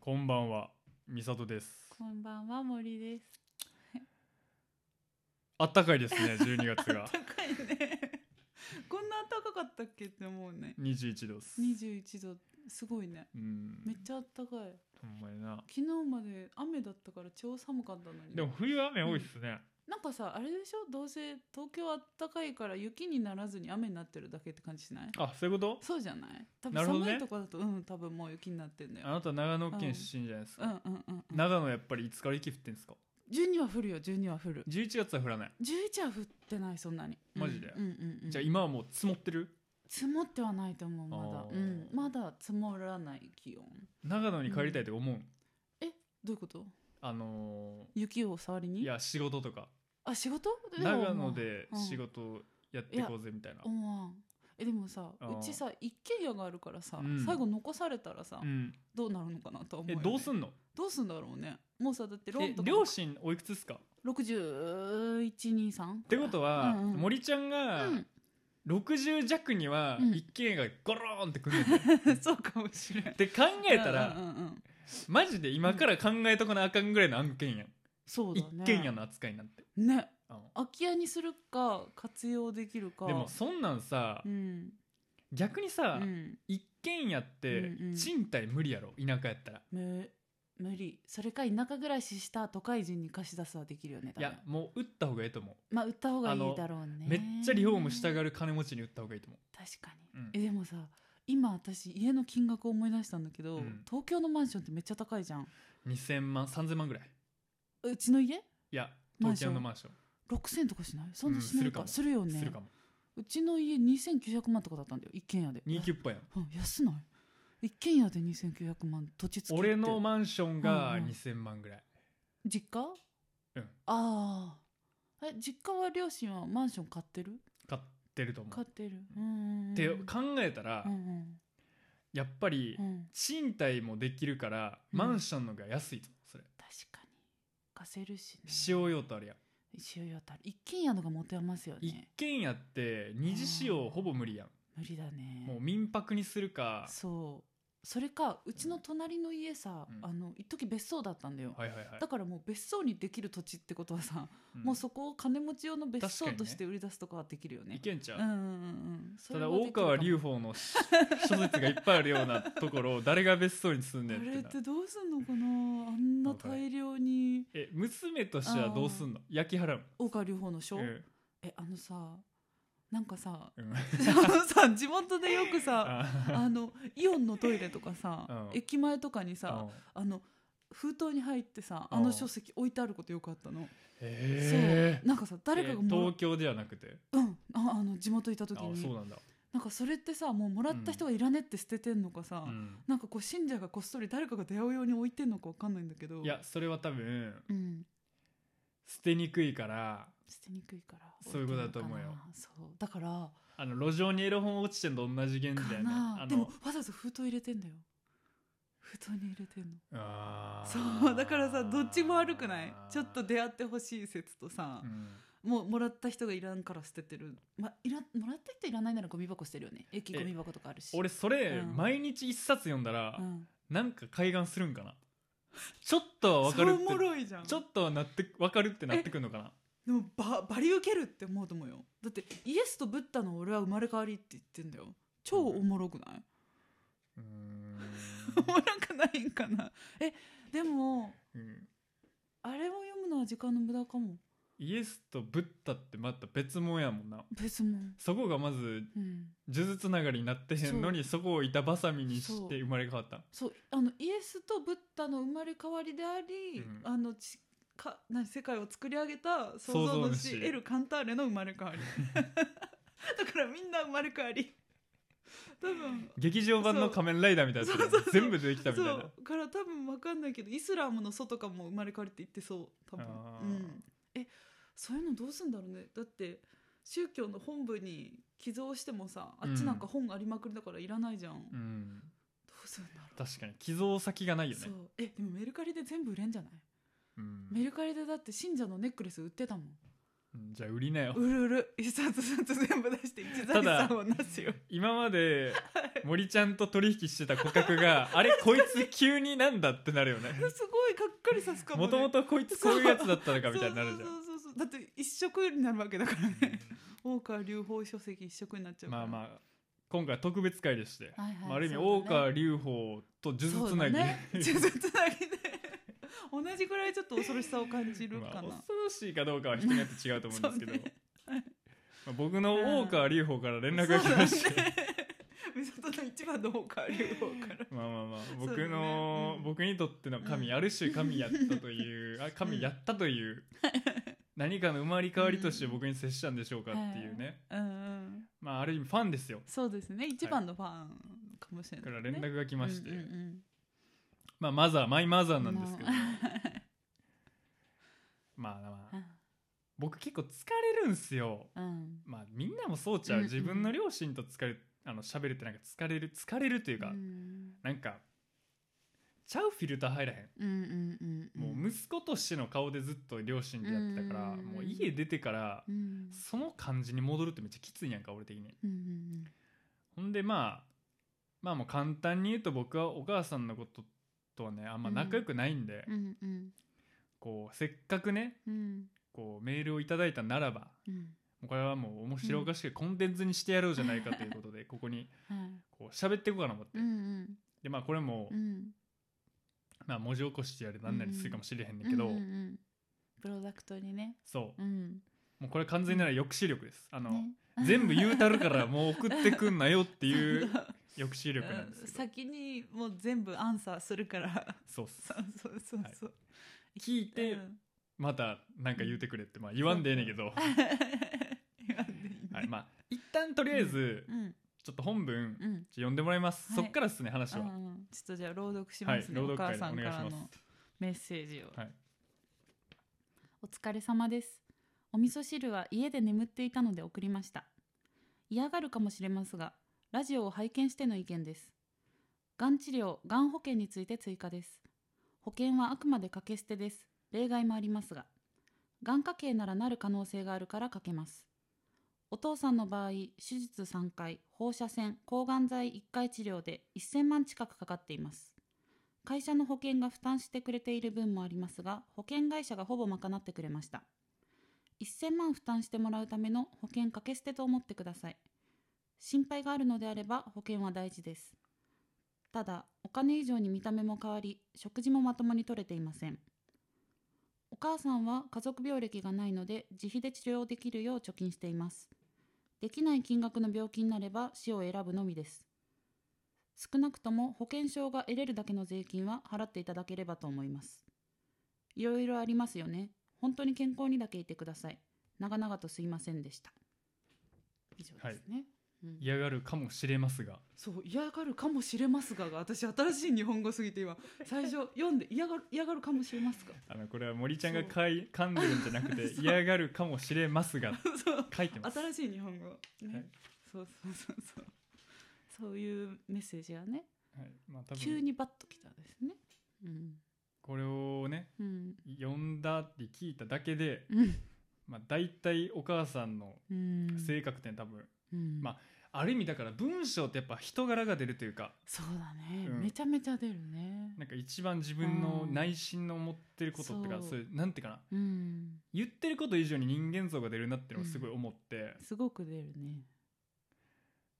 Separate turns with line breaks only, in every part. こんばんは、みさとです。
こんばんは森です。
あったかいです ね、12月が。
高いね。 こんな暖かかったっけって思うね。
21度です。
二十一度すごいね。
うん。
めっちゃ暖かい。
ほんまやな。
昨日まで雨だったから超寒かったのに。
でも冬雨多いっすね。
なんかさあれでしょどうせ東京は暖かいから雪にならずに雨になってるだけって感じしない？
あ、そういうこと
そうじゃない？多
なる
分
ほどね
寒いとこだと、うん多分もう雪になってんだ
あ
よ。
なた長野県出身じゃないです
うん
か。
うんうんうん。
長野やっぱりいつから雪降ってんですか
十二は降るよ十二は降る。
?11 月は降らない。
十一は降ってないそんなに。うん
マジで
うんうんうん。
じゃあ今はもう積もってる
積もってはないと思うまだ
あ、ー
うん、まだ積もらない気温
長野に帰りたいと思う、
どういうこと
あの
雪を触り
ー、
に
いや、仕事とか。
あ仕事でも
長野で
うん
仕事やっていこうぜみたいな。
思わんえでもさ
あー
うちさ一軒家があるからさ、
うん
最後残されたらさ、
うん。
どうなるのかなとは思う
え、
よね、
どうすんの
どうすんだろうねもうさだってローン
え
と、かも
両親おいくつっすかっ
6123
てことは、
うんうん
森ちゃんが、
う
60弱には
うん
一軒家がゴローンってくるんだよ、っ
ん、そうかもしれない
て考えた
うん
ら
うんうん
マジで今から考えとかなあかんぐらいの案件やん、
そうだ
一
ね
軒家の扱いなんて、
ね
うん
空き家にするか活用できるか
でもそんなんさ、
うん
逆に
う
さ、
ん
一軒家って
うんうん
賃貸無理やろ田舎やったら、
無無理それか田舎暮らしした都会人に貸し出すはできるよね
い
多分
やもう売った方がええと思う、
まあ売った方がい
あの
いだろうね
めっちゃリフォームした
確
がる金持ちに売った方がいいと思
かに、
うん
えでもさ今私家の金額を思い出したんだけど、
うん
東京のマンションってめっちゃ高いじゃん
う2000万3000万ぐらいう
ちの家
いや
マン
東
ション
京のマンション
6000とかしないそんなしないか,、
うん
するよね
するかも
うちの家2900万とかだったんだよ一軒家で
2キュッパやん
うん安ない一軒家で2900万土地付きって
俺のマンションが
うんうん
2000万ぐらい、
実家
うん
ああえ実家は両親はマンション買ってる
買ってると思う
買ってるうん
って考えたら、
うんうん
やっぱり
うん、
賃貸もできるから、
うん
マンションのが安いとそれ
確かに貸せるしね
使用用途あるやん、
使用用た一軒家のが持て余すよ
一
ね
軒家って二次使用ほぼ無理やん、
無理だね
もう民泊にするか
そうそれかうちの隣の家さ、
うん
あの一時別荘だったんだよ、
はいはいはい
だからもう別荘にできる土地ってことはさ、
うん
もうそこを金持ち用の別
確
荘
かに
と
ね
して売り出すとかはできるよね
いけんちゃう、
うんうんうんそ
た
れ
だ
はで
大
きるかも
川隆法の諸説がいっぱいあるようなとこ ろを誰が別荘に住んねん
あれ
っ
って
な
てどうすんのかなあんな大量に
え娘としてはどうすんの焼き払う
大川隆法の書、
の、うん
えあのさなんかさ
うん
あのさ地元でよくさ
あ
あのイオンのトイレとかさ、
うん
駅前とかに
う
さ
ん
あの封筒に入ってさ
うん
あの書籍置いてあることよかったの、
へ
そうなんかさ
ー
誰かが
え
もら
東京ではなくて
うん、ああの地元いた
あ
時に
そう
な
なんだ、
んかそれってさもうもらった人はいらねって捨ててんのかさ、
うん
なんかこう信者がこっそり誰かが出会うように置いてんのかわかんないんだけど
いやそれは多分
うん、
捨てにくいから
捨てにくいから
そういうことだと思うよ
置いてんのかなそうだから
あの路上にエロ本落ちてんのと同じ現
か
在の
な
あ
でも
の
わざわざ封筒入れてんだよ封筒に入れてんの
あー
そうだからさどっちも悪くないちょっと出会ってほしい説とさ
う、ん
もうもらった人がいらんから捨ててる、ま、いらもらった人いらないならゴミ箱捨てるよね駅
え
ゴミ箱とかあるし
俺それ
うん
毎日一冊読んだら
うん、
なんか海岸するんかなちょっとは分かる
そ
っ
うおも
て
ろいじゃん
ちょっとはなって分かるってなってくんのかな
でもばバリ受けるって思うと思うよだってイエスとブッダの俺は生まれ変わりって言ってんだよ超おもろくない、
うーん
おもろくないんかなえでも
うん
あれを読むのは時間の無駄かも
イエスとブッダってまた別もんやもんな
別もん
そこがまず
うん
数珠つながりになってへんのにそこを板挟みに
そ
し
う
て生まれ変わった
そうあのイエスとブッダの生まれ変わりであり、
うん
あのちか何世界を作り上げた創造
創造
主
主
エル・カンターレの生まれ変わ りだからみんな生まれ変わり多分
劇場版の仮面ライダーみたいなやつ
そうそうそう
全部出てきたみたい
そ
な
うから多分分かんないけどイスラムの祖とかも生まれ変わりって言ってそう多分
あ
う
ー
んえそういうのどうすんだろうねだって宗教の本部に寄贈してもさあっちなんか本ありまくりだからいらないじゃん、
う
ど
ん
うすんだろう
確かに寄贈先がないよね
そうえでもメルカリで全部売れんじゃない
うん
メルカリでだって信者のネックレス売ってたもん
うんじゃあ売りなよ
うるうる一冊ずつ全部出して一財産をなすよ
今まで森ちゃんと取引してた顧客 があれこいつ急になんだってなるよね
す ごいがっかりさすかも
も
ね
ともとこいつこういうやつだったのかみたいになるじゃん
そうそうそうそうだって一色になるわけだからね大川隆法書籍一色になっちゃうか
ま
ら
あまあ今回は特別会でして、
あ、はいはい
まあ、ある意味
そう
大
だね
川隆法と数珠つなぎ、
そうだね数珠つなぎで 同じくらいちょっと恐ろしさを感じる
まあ
かな、
恐ろしいかどうかは人によって違うと思うんですけど、
そうね
まあ、僕の大川隆法から連絡が来まし
そ
て、
うだね美里の一番の大川隆法から
まあまあまあ
そうだ
僕
ね
の、
うん
僕にとっての神、
うん
ある種神やったという あ神やったという、何かの生まれ変わりとして僕に接したんでしょうかって いうね、
うんうん
まあある意味ファンですよ
そうですね一番のファンかもしれ
か
ない、ね
ら連絡が来まして、
うんうん
まあマザーマイマザ
う
ー
ん
なんですけど、
も
まあま
う
あ僕結構疲れるんすよ
うん
まあみんなもそうちゃう、
うんうん
自分の両親と疲れあの喋るってなんか疲れる疲れるというか、
うん
なんかちゃうフィルター入らへん
うんうんうん
もう息子としての顔でずっと両親でやってたから、
うん
もう家出てから
うん
その感じに戻るってめっちゃきついやんか俺的に
うんうん
ほんでまあまあもう簡単に言うと僕はお母さんのこととはねあんま仲良くないんで、
うんうんうん
こうせっかくね
うん
こうメールをいただいたならばも
うん
うこれはもう面白おかしくコンテンツにしてやろうじゃないかということで、ここに
はい
こう喋っていこうかなと思って、
うんうん
でまあこれも、
うん
まあ、文字起こしてやれなんなりするかもしれへんねんけど、
うんうんうんプロダクトにね
そう
うん
もうこれ完全なら抑止力ですあの、
ね
全部言うたるからもう送ってくんなよっていう 抑止力なんですけど
先にもう全部アンサーするから
そうっす
そうそうそうそう、
聞いて
うん
またなんか言うてくれって、まあ、言わんでええねんけど、
言わんでいいね
はい、まあ一旦とりあえず
うん
ちょっと本文
うんうん
読んでもらいます、
はい
そっからですね話
う
は、
んちょっとじゃあ朗読し
は
ま
い
すね、
朗
お
読会
母
で
さ
お
んか
願いし
ら
ま
の
す
メッセージを、
はい
お疲れ様ですお味噌汁は家で眠っていたので送りました嫌がるかもしれますがラジオを拝見しての意見ですがん治療がん保険について追加です保険はあくまで掛け捨てです例外もありますががん家系ならなる可能性があるからかけますお父さんの場合手術3回放射線抗がん剤1回治療で1000万近くかかっています会社の保険が負担してくれている分もありますが保険会社がほぼ賄ってくれました1000万負担してもらうための保険掛け捨てと思ってください心配があるのであれば保険は大事ですただお金以上に見た目も変わり食事もまともに取れていませんお母さんは家族病歴がないので自費で治療できるよう貯金していますできない金額の病気になれば死を選ぶのみです少なくとも保険証が得れるだけの税金は払っていただければと思います。いろいろありますよね。本当に健康にだけいてください。長々とすいませんでした。以上ですね。うん
嫌がるかもしれますが
そう嫌がるかもしれますがが私新しい日本語すぎて今最初読んで嫌がる嫌がるかもしれま すが
あのこれは森ちゃんがかい噛んでるんじゃな くて嫌がるかもしれますが
そう
書いてます
新しい日本語、ね
はい
そうそうそうそうそういうメッセージがね
はいまあ、多
急
分
にバッときたんですねうん
これをね
うん
読んだって聞いただけで、
うん
まあ、大体お母さんの
うん
性格って多分、
うん
まあある意味だから文章ってやっぱ人柄が出るというか
そうだね、
うん
めちゃめちゃ出るね
なんか一番自分の内心の思ってることっていうか、
うん
そういうなんていうかな
うん
言ってること以上に人間像が出るなっていうのをすごい思って、
すごく出るね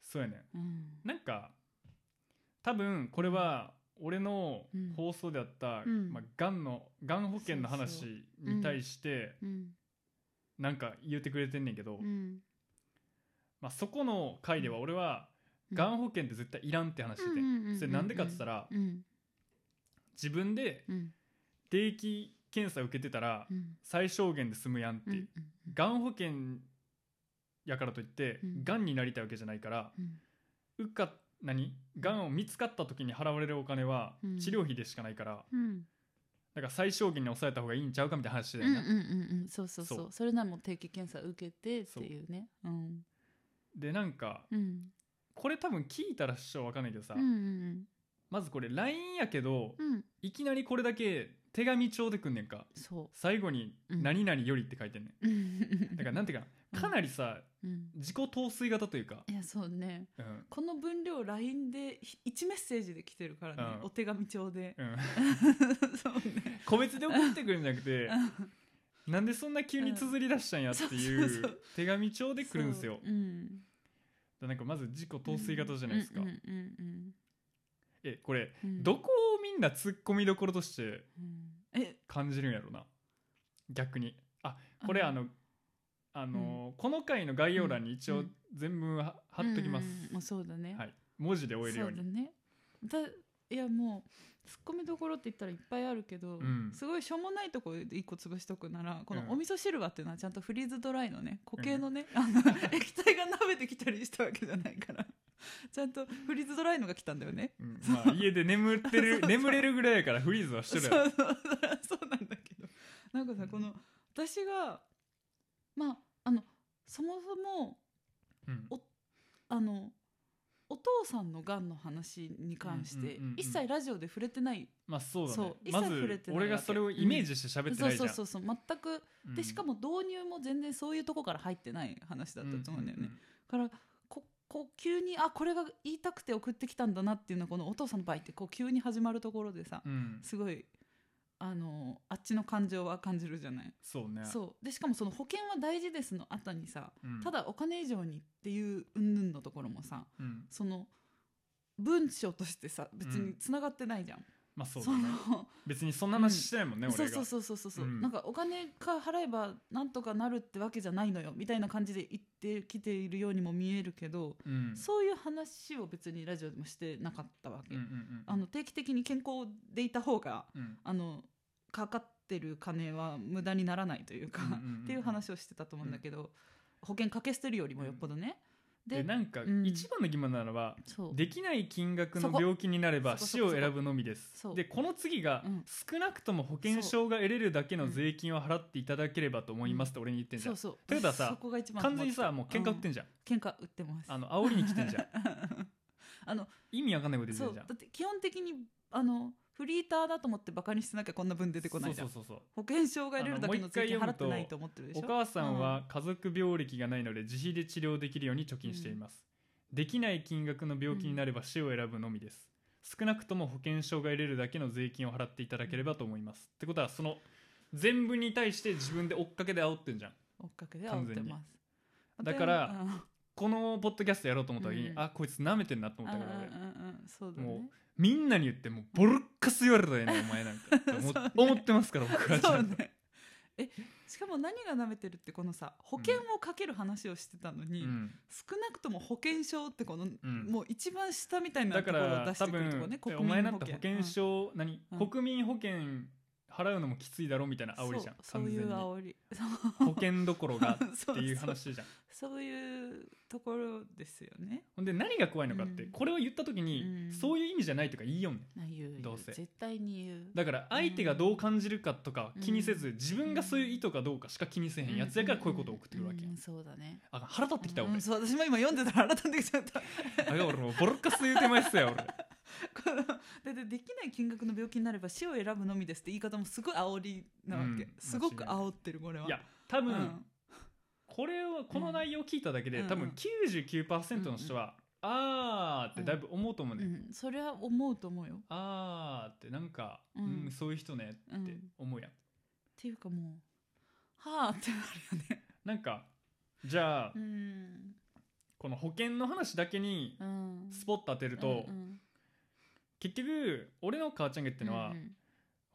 そうやね
うん
んなんか多分これは俺の放送であった、
うん
まあ、がんのがん保険の
そう
話に対して
うん
なんか言ってくれてんねんけど、
うん
まあ、そこの回では俺は、がん保険って絶対いらんって話してて、
うん
それなんでかって言ったら、
うん
自分で
うん
定期検査受けてたら
うん
最小限で済むやんって
う
い
ん
う、がん保険やからといって、
うん
がんになりたいわけじゃないから
うん
うっか何がんを見つかった時に払われるお金は
うん
治療費でしかないから、
うん
だから最小限に抑えた方がいいんちゃうかみたいな話だ
う
よ
ん
な、
うんうんうんそうそうそう
そう
それならもう定期検査受けてっていうねうん
でなんか
うん
これ多分聞いたら師匠わかんないけどさ、
うんうん
まずこれ LINE やけど
うん
いきなりこれだけ手紙帳でくんねんか
そ
最後に「
うん
何々より」って書いてんねん
う
だからなんていうか
うん
かなりさ
うん、
自己陶酔型というか、
いやそうね
うん
この分量 LINE で1メッセージで来てるからね、
うん
お手紙帳で
うん、
そうね
個別で送ってくるんじゃなくて
うん
なんでそんな急に綴り出したんやって
う
い
んそうそう
う手紙帳で来るんですよ
そううん、
なんかまず自己陶酔型じゃないですか、
うんうんうん
えこれ
うんうん
どこをみんな突っ込みどころとして
うんえ
感じるんやろな逆にあこれあのあのーこの回の概要欄に一
う
応
ん
全文は貼っときます、
うんうんそうだね、
はい、文字で終えるように
そうだねだいやもうツッコミどころって言ったらいっぱいあるけど、
うん
すごいしょうもないとこで一個潰しとくならこの
うん
お味噌汁はっていうのはちゃんとフリーズドライのね固形のね、あ の液体が鍋できたりしたわけじゃないからちゃんとフリーズドライのが来たんだよね。
うんまあ家で眠っ てる眠れるぐらいやからフリーズはし
そ
て
う
る
そ
や
う
ろ
そうなんだけどなんかさ、
うん
この私がまああのそもそも
うん
あのお父さんのがんの話に関して、
うんうんうんうん
一切ラジオで触れてない
まあそうだね
そう
ま
一切触れ
ず
てないわけ
俺がそれをイメージして喋って
そ
な
う
いじ
そ
ゃ
うんそうそう全く
うん
でしかも導入も全然そういうとこから入ってない話だったと思うんだよね、だからここう急にあこれが言いたくて送ってきたんだなっていうのはこのお父さんの場合ってこう急に始まるところでさ
うんうんうん
すごいあのあっちの感情は感じるじゃない、
そうね
そうでしかもその保険は大事ですの後にさ
うん
ただお金以上にっていううんぬんのところもさ
うん
その文章としてさ別につながってないじゃん、
まあそう
そ
だ
の
ね別にそんな話してないもんね俺
そう
が
そうそうそうそうそう、
うん
なんかお金か払えばなんとかなるってわけじゃないのよみたいな感じで言ってきているようにも見えるけど、
うん
そういう話を別にラジオでもしてなかったわけ、
うんうんうん
あの定期的に健康でいた方が
うん
あのかかってる金は無駄にならないというか、
うんうんうんうん
っていう話をしてたと思うんだけど、保険かけ捨てるよりもよっぽどね、
でなんか
うん
一番の疑問なのは
そう
できない金額
そ
の
こ
病気になれば
そこ
死
そこ
を選ぶのみで
そ
す
う
でこの次が
うん
少なくとも保険証が得れるだけの税金を払っていただければと思いますって俺に言ってんじ
そ
ゃ
うんそう
ということはさ
そこが一番
完全にさもう喧嘩売って
ん、
んじゃん
喧嘩売ってます
あの煽りに来てんじゃん
あの
意味わかんないこと言って
そ
ん
う
じ
だ
ゃん
って基本的にあのフリーターだと思ってバカにしてなきゃこんな分出てこないじゃん
そうそうそう
保険証が入れるだけの税金
あのもう一回読
払
む
っ
と
てないと思ってるでし
そう
ょ
お母さんは家族病歴がないので自費で治療できるように貯金しています、できない金額の病気になれば死を選ぶのみです、少なくとも保険証が得れるだけの税金を払っていただければと思います、ってことはその全部に対して自分で追っかけで煽ってんじゃん
追っかけで煽ってます
完全にだからこのポッドキャストやろうと思った時に、
うん
あこいつ舐めてんなと
うん
思
う
っ
んうん
たから俺、
うんそうだね
もみんなに言ってもうボロッカス言われたらええねんお前なんかって思,、
そうね
思ってますから僕はち
そ
ゃ
うん
と、
ねえしかも何がなめてるってこのさ保険をかける話をしてたの
う
に、
ん
少なくとも保険証ってこの、
ん
もう一番下みたいな
だ
とこ
か
ろを
ら
出し
多
てくるとこ
分
ね国
お前
民
な
保
ん
険
か保険証、何、
うん
国民保険払うのもきついだろみたいな煽りじゃん
そうそう
完
い
全
う
に
煽り
保険どこ ろが
そ
っていう話じゃん
そういうところですよね。
ほんで何が怖いのかって、
うん
これを言った時に、
うん
そういう意味じゃないとか言いよんねん
あ言う言う
どうせ
絶対に言う。
だから相手がどう感じるかとか気にせず、自分がそういう意図かどうかしか気にせへんやつやからこういうことを送ってくるわけや、
うんうんそうだね。
あ腹立ってきた
う
俺、
んそう私も今読んでたら改めてきちゃった。
あが俺もうボロッカス言うてまいっすよ 俺
このででできない金額の病気になれば死を選ぶのみですって言い方もすごい煽りなわけ。
うん
すご
間違
く
いな
煽ってるこれは。
いや多
う
分、
ん
これをこの内容を聞いただけで、
うん
多分99%の人は、あーってだいぶ思うと思う
う
ねん、
ん、それは思うと思うよ。
あーってなんか、う
うん
んそういう人ね
うん、
って
っ
思うやん、
ていうかもうはあってなるよね。
なんかじゃあ、
うん
この保険の話だけに
うん。
スポット当てると、
うん
結局俺の母ちゃんが言ってるのは、
うんうん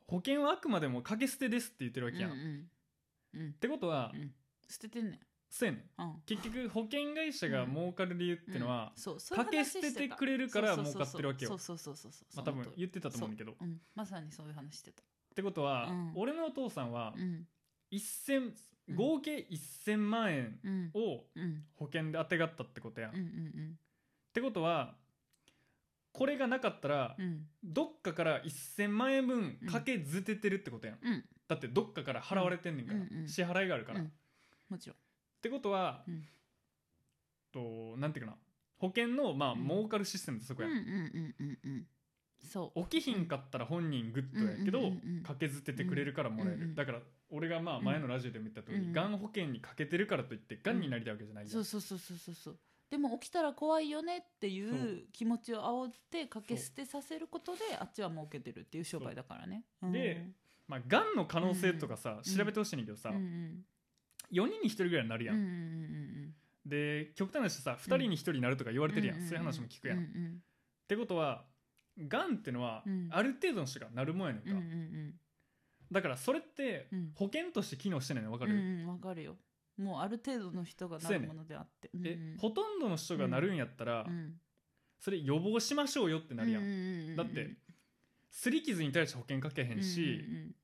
保険はあくまでも掛け捨てですって言ってるわけやん、
う
っ
んうんうん
てことは、
うん捨ててんねん。
そうやねん
うん。
結局保険会社が儲かる理由ってのは、
うんそうそういう
掛け
話
捨
してた
てくれるから儲かってるわけよ
そうそうそうそうそうそう
まあ多分
その通り
言ってたと思うんだけどっ
うん、まさにそういう話してた、
てことは、
うん
俺のお父さんは
うん
1000
うん
合計1000万円
うん
を
うんうん
保険であてがったってことや、
う
っ
ん
てことはこれがなかったら、
うんうん
どっかから1000万円分
うん
かけずててるってことやん、
うん
だってどっかから払われてんねんから、
うんうん
支払いがあるから、
う
っ
んもちろん
てことは、
うん
となんていうかな保険のまあ
うん
儲かるシステムってそこや、
うんんうんうんうんうんそう
起きひんかったら本人グッドやけど、
うんうんうんうん
駆けずっててくれるからもらえる、
うんうん
だから俺がまあ前のラジオでも言った通り、
うん
がん保険にかけてるからといってがんになりたいわけじゃないじゃ
そ
ん
うそうそうそうそうそうでも起きたら怖いよねっていう気持ちを煽ってかけ捨てさせることであっちは儲けてるっていう商売だからね。うん
でまあ、がんの可能性とかさ、
うん
調べてほしいねんだけどさ、
うんうん
4人に1人ぐらいになる
うん
や
うん
ん、
うん
で極端な話さ2人に1人になるとか言わ
う
れ
ん
てるやん、そういう話も聞くやん、
う
っ
ん
てことはがんってのは、
うん
ある程度の人がなるもんやねん
う
か、
んうんうん
だからそれって
うん
保険として機能してないの分か
うんう
る、
んわかるよもうある程度の人がなるものであってうんう
え
ん
ほとんどの人がなるんやったら、
うん
それ予防しましょうよってなるやん、
うんうんうんうん
だってすり傷に対して保険かけへんし、
うん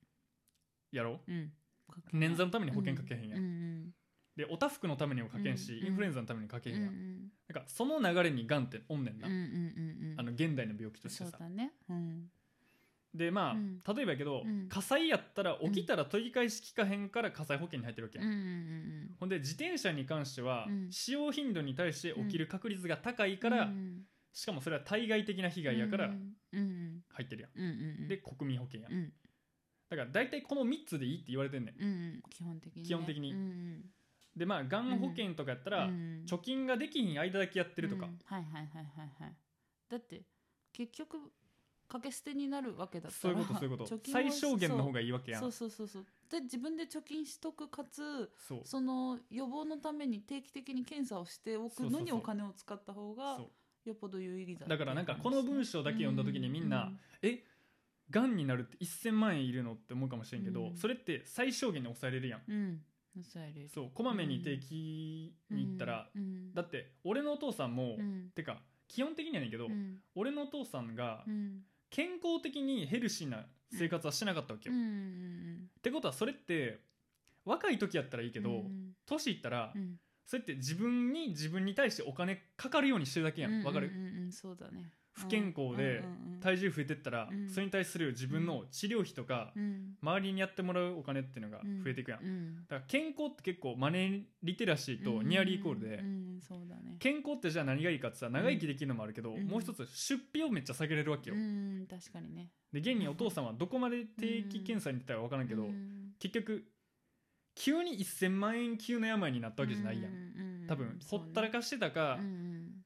やろ
うんうんかけない
捻挫のために保険かけへんやん、
うんうん
でおたふくのためにもかけんし、
うん
インフルエンザのためにかけへん
う
やん、
ん
なんかその流れにがんっておんねんな、
うんうんうんうん
あの現代の病気として
そう
さ
だねうん
でまあ、
うん
例えばやけど、
うん
火災やったら起きたら取り返しきかへんから火災保険に入ってるわけ
う
や
ん
ん、
うんうん
ほんで自転車に関しては、
うん
使用頻度に対して起きる確率が高いから、
うん
しかもそれは対外的な被
うん
害やから
うんうん
入ってるやん、
うんうん
で国民保険やん、
うん
だから大体この3つでいいって言われてんねん
うんうん基本的にね
基本的に
うんうん
でまあがん保険とかやったら、
うん
貯金ができひん間だけやってるとか、
うんはいはいはいはいはいだって結局掛け捨てになるわけだか
そう
ら
いうことそういうこと
貯金
最
を
小限の方がいいわけやん
そうそうそうそうで自分で貯金しとくかつ
そう
その予防のために定期的に検査をしておく
そう
の
そう
に
そう
お金を使った方が
そう
よっぽど有意義だ
だからなんかこの文章だけ読んだ時にみんな
うん
えがんになるって1000万円いるのって思うかもしれんけど、
うん
それって最小限に抑えれるやん、
うんそうやる
そうこまめに定期に行ったら、
うん
だって俺のお父さんも、
うん
てか基本的にはねんけど、
うん
俺のお父さんが
うん
健康的にヘルシーな生活はしてなかったわけ
う
よ、
ん
っ
うん
てことはそれって若い時やったらいいけど、
うん
年いったら、
うん
それって自分に自分に対してお金かかるようにしてるだけや
うん
わかる、
うんうんうんそうだね
不健康で
うんうんうん
体重増えてったら、
うん
それに対する自分の治療費とか、
うん
周りにやってもらうお金っていうのが
うん
増えていくやん、
う
だ
ん
から健康って結構マネーリテラシーとニアリーイコールで、
うんうんそうだね
健康ってじゃあ何がいいかってさ長生きできるのもあるけど、
うん
もう一つ出費をめっちゃ下げれるわけよ、
うん確かにね
で現にお父さんはどこまで定期検査に行ったか分からんけど、
うん
結局急に1,000万円級の病になったわけじゃないやん、
ん
多分ほったらかしてたか、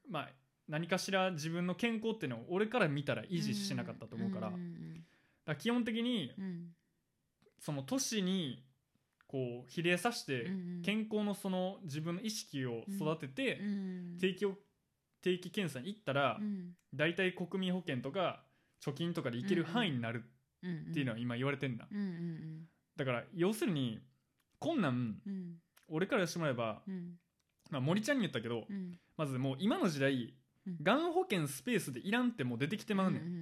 まあ、何かしら自分の健康っていうのを俺から見たら維持してなかったと思うから,、
ん
だ
ん
か
ん
ら基本的に
うん
その都市にこう比例させて
うんうん
健康のその自分の意識を育てて
うん
定期を定期検査に行ったら
うん
大体国民保険とか貯金とかで行ける範囲になる
うん
っていうのは今言われてんだ
うんうん
だから要するにこんなん
うんうん
俺からしてもらえば、
うん
まあ、森ちゃんに言ったけど
うん
まずもう今の時代
うん
がん保険スペースでいらんってもう出てきてまうね
うんんうんう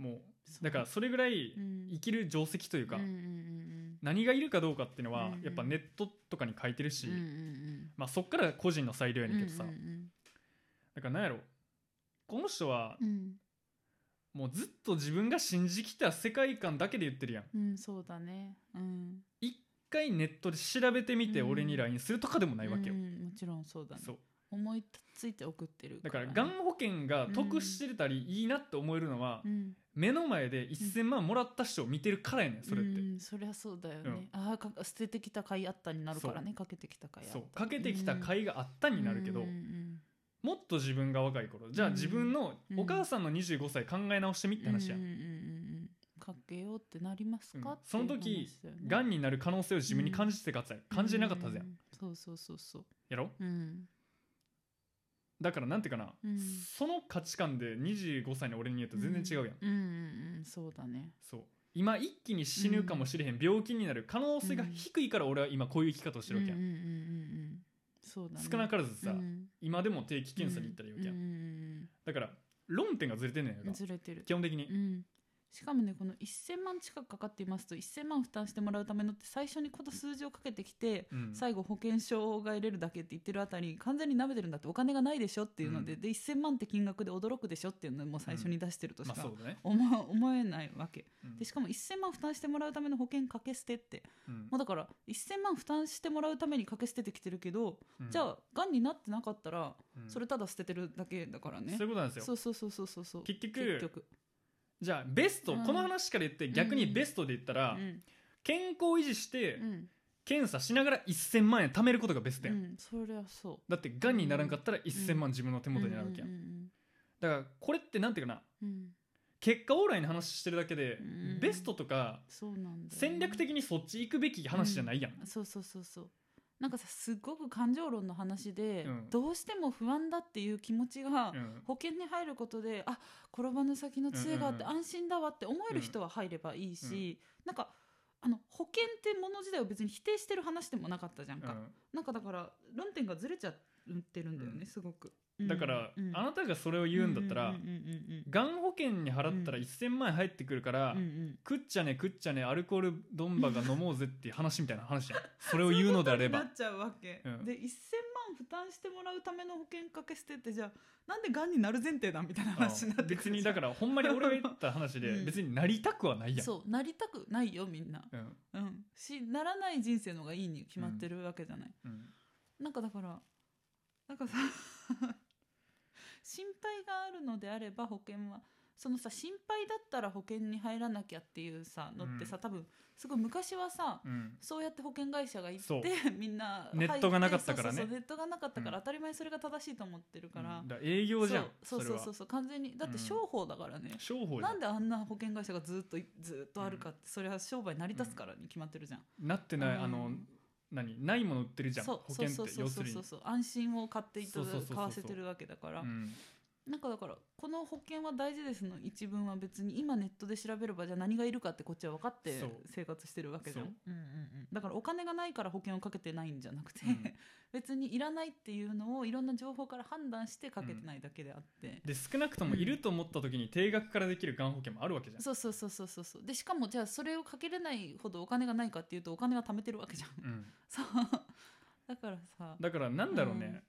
ん
も
そう
うだからそれぐらい
うん
生きる定石というか
うんうん
何がいるかどうかっていうのは
うん
やっぱネットとかに書いてる
う
し
んうんうん
まあそっから個人の裁量やねんけどさ
うんうん
だからなんやろこの人は
うん
もうずっと自分が信じきた世界観だけで言ってるやん
うんそうだねうん
一回ネットで調べてみて
うん
俺に LINE するとかでもないわけよ
うんうんもちろんそうだね
そう
思いついて送ってる
だから
ね
がん保険が得してたりいいなって思えるのは
うん
目の前で1000万もらった人を見てるからやねんそれっ
う
て
んそりゃそうだよね、ああか捨ててきた甲斐あったになるからねかけてきた甲斐あった
そうかけてきた甲斐があったになるけど
うんうん
もっと自分が若い頃じゃあ
うん
自分のお母さんの25歳考え直してみっ
うん
て話や
うん
ん
うんうんうんかけようってなりますか、
うん
っていう
その時
話だよね
がんになる可能性を自分に感じてたかつ感じてなかったはずやん
うんそうそうそうそう
やろ
うん
だからなんていうかな、
うん
その価値観で25歳の俺に言うと全然違うやん、
うんうんうんそうだね
そう今一気に死ぬかもしれへん、病気になる可能性が低いから俺は今こういう生き方をしてるわけやん、
うんうんうんうんうんそうだね
少なからず
う
さ、
ん
今でも定期検査に行ったらいいわけやん、
うんうん
だから論点がずれてんねん
うん
か
ずれてる
基本的に、
うん、しかもねこの1000万近くかかっていますと1000万負担してもらうためのって最初にこの数字をかけてきて、
うん
最後保険証が入れるだけって言ってるあたり完全に舐めてるんだってお金がないでしょっていうので,、
う
で1000万って金額で驚くでしょっていうのも最初に出してるとし
まあ
か
そうだね、
思わ思えないわけ
うん
でしかも1000万負担してもらうための保険掛け捨てって
うん
もうだから1000万負担してもらうために掛け捨ててきてるけど、
うん
じゃあがんになってなかったら
うん
それただ捨ててるだけだからね
そういうことなんですよ
そうそうそうそうそうそう
結局
結局
じゃあベスト、
うん
この話から言って逆にベストで言った
う
ら、
ん
健康維持して
うん
検査しながら1000万円貯めることがベスト
う
やん、
んそれはそ
だってがんにならんかったら1000万自分の手
う
元になるわけやん、
うんうん
だからこれってなんていうかな
うんうん
結果オーライの話してるだけで、
うん
ベストとか
そうなんだよね
戦略的にそっち行くべき話じゃないやん、
そうそうそうそうなんかさすごく感情論の話で、
うん
どうしても不安だっていう気持ちが、
うん
保険に入ることであ転ばぬ先の杖があって
うんうん
安心だわって思える人は入ればいいし、なんかあの保険ってもの自体を別に否定してる話でもなかったじゃんか、なんかだから論点がずれちゃってるんだよね、
うん
すごく
うんだから、あ
の
なたがそれを言うんだったら、がん保険に払ったら
うん
1000万円入ってくるから、食っちゃね食っちゃねアルコールドンバが飲もうぜっていう話みたいな話じ ゃんそれを言うのであれば
なっちゃうわけ、
うん
で1000万負担してもらうための保険かけ捨てってじゃあなんでがんになる前提だみたいな話になってく
別
る
にだからほんまに 俺が言った話で、
うん
別になりたくはないやん
そうなりたくないよみんな、
うん
うん、しならない人生の方がいいに決まってるわけじゃない、
うん
なんかだからなんかさ 心配があるのであれば保険はそのさ心配だったら保険に入らなきゃっていうさのってさ、
う
多分すごい昔はさ
うん
そうやって保険会社が行っ
そう
て みんな
ネットがなかったからね
入ってそうそうそうネットがなかったから
うん
当たり前にそれが正しいと思ってるから、
うんだから営業じゃん
そうそうそうそうそう完全にだって商法だからね、
それは商法じゃ
なんんであんな保険会社がずっといずっとあるかって、それは商売成り立つからに決まってるじゃん、
なってない、あの
うん
何ないもの売ってるじゃん
そう
保険って
そうそう
要
そ
す
う
る
そ
に
うそう安心を買っていた
そうそうそうそう
買わせてるわけだから、
うん
なんかだからこの保険は大事ですの一文は別に今ネットで調べればじゃあ何がいるかってこっちは分かって
そう
生活してるわけじゃん、
そう
うんうんうんだからお金がないから保険をかけてないんじゃなくて、
うん
別にいらないっていうのをいろんな情報から判断してかけてないだけであって、
で少なくともいると思った時に定額からできるがん保険もあるわけじゃん
そうそうそうそうそうそうでしかもじゃあそれをかけれないほどお金がないかっていうとお金は貯めてるわけじゃん
うん
そうだからさ
だからなんだろうね、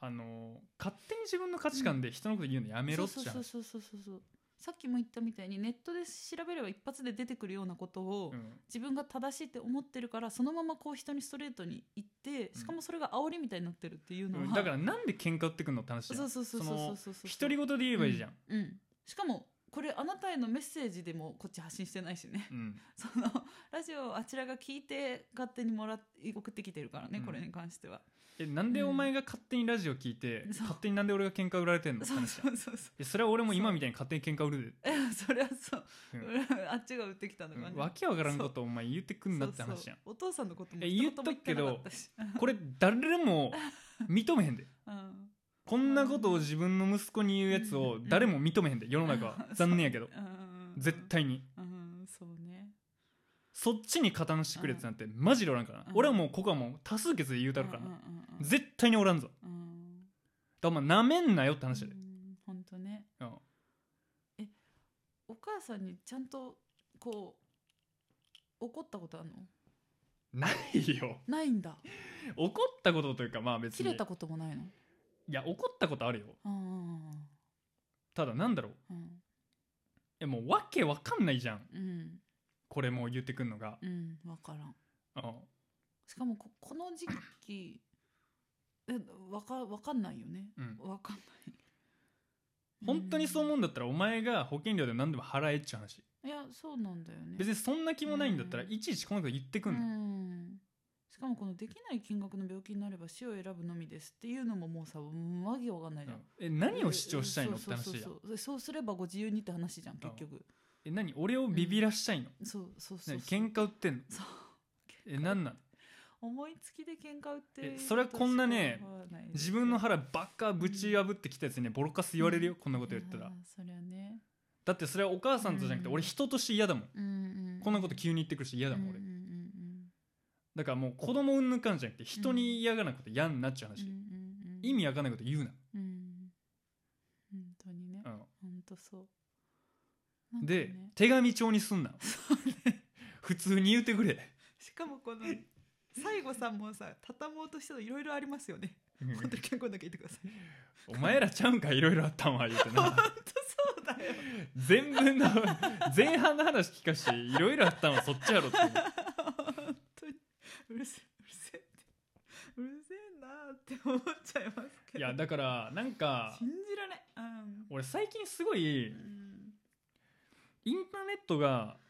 あの勝手に自分の価値観で人のこと言うのやめろっちゃう
そうそうそうそうそうそうさっきも言ったみたいにネットで調べれば一発で出てくるようなことを、
うん
自分が正しいって思ってるからそのままこう人にストレートに言ってしかもそれが煽りみたいになってるっていうのは、
うんだからなんで喧嘩売ってくんのって話じゃ
そ
ん
うそうそうそうそうそうそう
独り言で言えばいいじゃん、
うん、うんしかもこれあなたへのメッセージでもこっち発信してないしね
うん
そのラジオをあちらが聞いて勝手にもらっ送ってきてるからね、
うん
これに関しては
えなんでお前が勝手にラジオ聞いて、
うんそう
勝手になんで俺が喧嘩売られてんのって
そう
話じゃん
そうそうそう
えそれは俺も今みたいに勝手に喧嘩売る
え それはそう、
う
あっちが売ってきたの
で、
かね、
うんわけわからんことお前言ってくんなって話じゃん
そうそうお父さんのことも
え
一言も言ってなかったし
これ誰も認めへんで
うん
こんなことを自分の息子に言うやつを誰も認めへんで世の中 は
うん
残念やけど
うん
絶対に
うんそうね
そっちに加担してくるやつなんてマジでおらんからな
うん
俺はもうここはもう多数決で言うたるから
うんう
なん
うんうん
絶対におらんぞ
うん
だからなめんなよって話で
うんほんとね
うん
お母さんにちゃんとこう怒ったことあるの
ないよ
ないんだ
怒ったことというかまあ別
切
に
れたこともないの
いや怒ったことあるよ
うん
ただなんだろう
うん
えもうわけわかんないじゃん
うん
これもう言ってくんのが、
うん分からん
うん
しかもここの時期えわかわかんないよね
うん、
わかんない
本当にそう思うんだったらお前が保険料で何でも払えっちゅう話
うんいやそうなんだよね
別にそんな気もないんだったら
うん
いちいちこのこと言ってく
うん
の、
んしかもこのできない金額の病気になれば死を選ぶのみですっていうのももうさわけわかんないじゃん、
え何を主張したいのって
そうそ
話
うそう
や
そうそうそうすればご自由にって話じゃん結局
え何俺をビビらしたいの、
そうそうそう
何
そう
喧嘩売ってんの
そう
え何なん
思いつきで喧嘩売ってる
えそれはこんなね
人しか思わい
自分の腹ばっかぶち破ってきたやつにねボロカス言われるよ、こんなこと言った
いや
ら
ーそりゃね
だってそれはお母さんとじゃなくて
うん
俺人として嫌だもん、
うんうん
こんなこと急に言ってくるし嫌だもん俺、
うんうんうん
だからもう子供うんぬんかんじゃなくて人に嫌がらなことやんなっちゅう
うんうん
話、
うんうん
意味わかんないこと言うな、
うん本当にね
うん
本当そうなんか
で、
ね
手紙帳にすんな 普通に言うて くれ
しかもこの最後さもうさ畳もうとしていろいろあります よね本当に健康だけ言ってください
お前らちゃうんかいろいろあったんは言うて
本
な
当そうだよ
全文の 前半の話聞かしていろいろあったんはそっちやろって
本当にうるせえうるせえってうるせえなって思っちゃいますけど
いやだからなんか
信じられない、うん
俺最近すごい
うん
インターネットが
は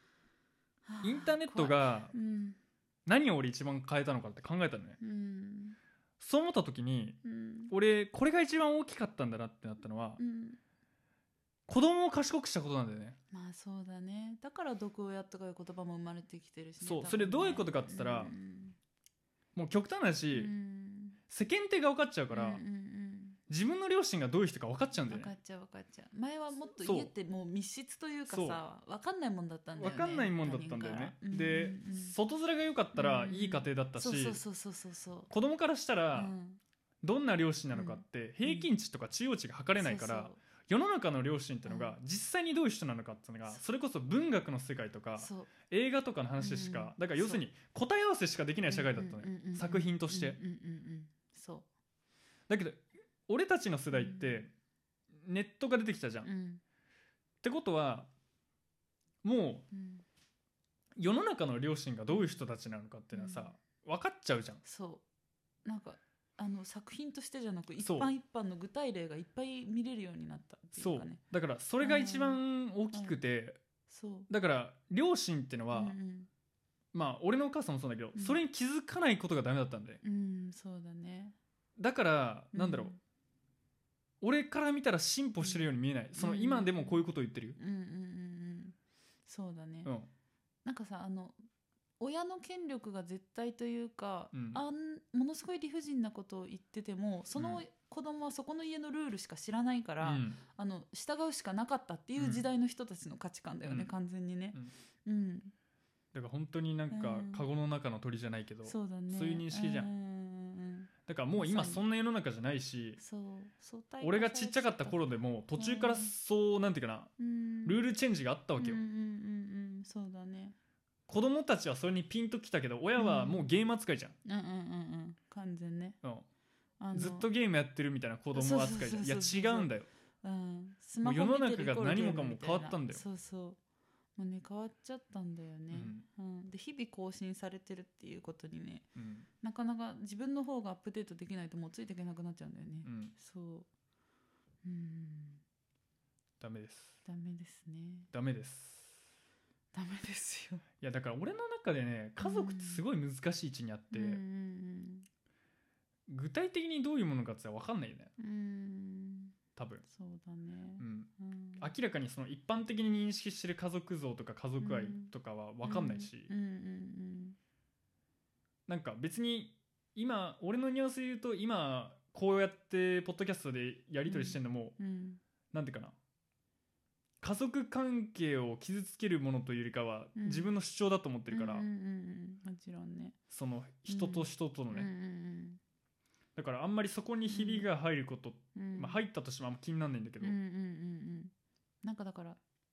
あ
インターネット
怖い
が
うん
何を俺一番変えたのかって考えたのね
うん
そう思った時に
うん
俺これが一番大きかったんだなってなったのは
うん
子供を賢くしたことなんだよね
まあそうだねだから毒親とかいう言葉も生まれてきてるしね、
そう
多分ね
それどういうことかって言ったら
うん
もう極端な話
うん
世間体が分かっちゃうから、
うんうん
自分の両親がどういう人か分かっちゃう
うんん
だよ
分かっ
ね
ちゃう分かっちゃう前はもっと
そう
家ってもう密室というかさ分かんないもんだったんだよ
分か
ね
んないもんだったんだよね
他人から
で、
うんうんうん
外面が良かったらいい家庭だったし、
そうそうそうそうそうそう
子供からしたら
うん
どんな両親なのかって平均値とか中央値が測れないから、
そう
世の中の両親ってのが
う
実際にどういう人なのかっていうのが
そう
それこそ文学の世界とか
そうそう
映画とかの話しか
うん
だから要するに答え合わせしかできない社会だった
うんうんうんうんう
ね
ん
作品として
うんうんうんうんそ
だけど俺たちの世代ってネットが出てきたじゃん
う
っ
うん
てことはもう
うん
世の中の両親がどういう人たちなのかっていうのはさ分かっちゃうじゃん
そうなんかあの作品としてじゃなく一
そう
般一般の具体例がいっぱい見れるようになったってい
そうう
かね
だからそれが一番大きくて
そう
だから両親っての
う
は
んうん
まあ俺のお母さんもそうだけど
うん
それに気づかないことがダメだったんで
うんそうだね
だからなんだろう俺から見たら進歩してるように見えないその
うん
今でもこういうことを言ってるよ
うんうんうんうんそうだね、
うん
なんかさあの親の権力が絶対というか、
うん
あんものすごい理不尽なことを言っててもその
うん
子供はそこの家のルールしか知らないか
う
ら、
ん
あの従うしかなかったっていう時代の人たちの価値観だよね、
うん
完全にね。うん、
だから本当になんか
うん
カゴの中の鳥じゃないけど
そうだね。
そういう認識じゃん
うんうんうん
だからもう今
まさに
そんな世の中じゃないし
そう相対化
俺がちっちゃかった頃
さ
でも途中からそうなんていうかな
れてた、
ルー
ル
ルチェンジがあったわけよ
うんうんうんうん、そうだね。
子供たちはそれにピンときたけど親はもうゲーム扱いじゃん
うんうんうんうん、完全ね。
う
あ
ん
の
ずっとゲームやってるみたいな子供扱いじゃんい
そ
や
うそうそうそう
違うんだよ
うん、ス
もう世の中が
見てるイコール
何もかも
ゲームみいな
変わったんだよ
そうそうもうね変わっちゃったんだよね、うんで日々更新されてるっていうことにね
うん
なかなか自分の方がアップデートできないともうついていけなくなっちゃうんだよね、
うん
そううん
ダメです
ダメですね
ダメです
ダメですよ
いやだから俺の中でね家族ってすごい難しい位置にあって
うんうん
具体的にどういうものかって分かんないよね
うんうん
多分、
そうだね
う、ん、
うん
明らかにその一般的に認識してる家族像とか家族愛とかは分かんないし、
うんうんうん
なんか別に今俺のニュアンスで言うと今こうやってポッドキャストでやり取りしてんのも、
うんうん
なんていうかな家族関係を傷つけるものというよりかは、
うん
自分の主張だと思ってるから、
うんうんうんうんもちろんね
その人と人とのね、
うんうん
だからあんまりそこにひびが入ること、
うんうん
まあ、入ったとしてもあんま気にならないんだけど、
うんうんうんうんなんかだから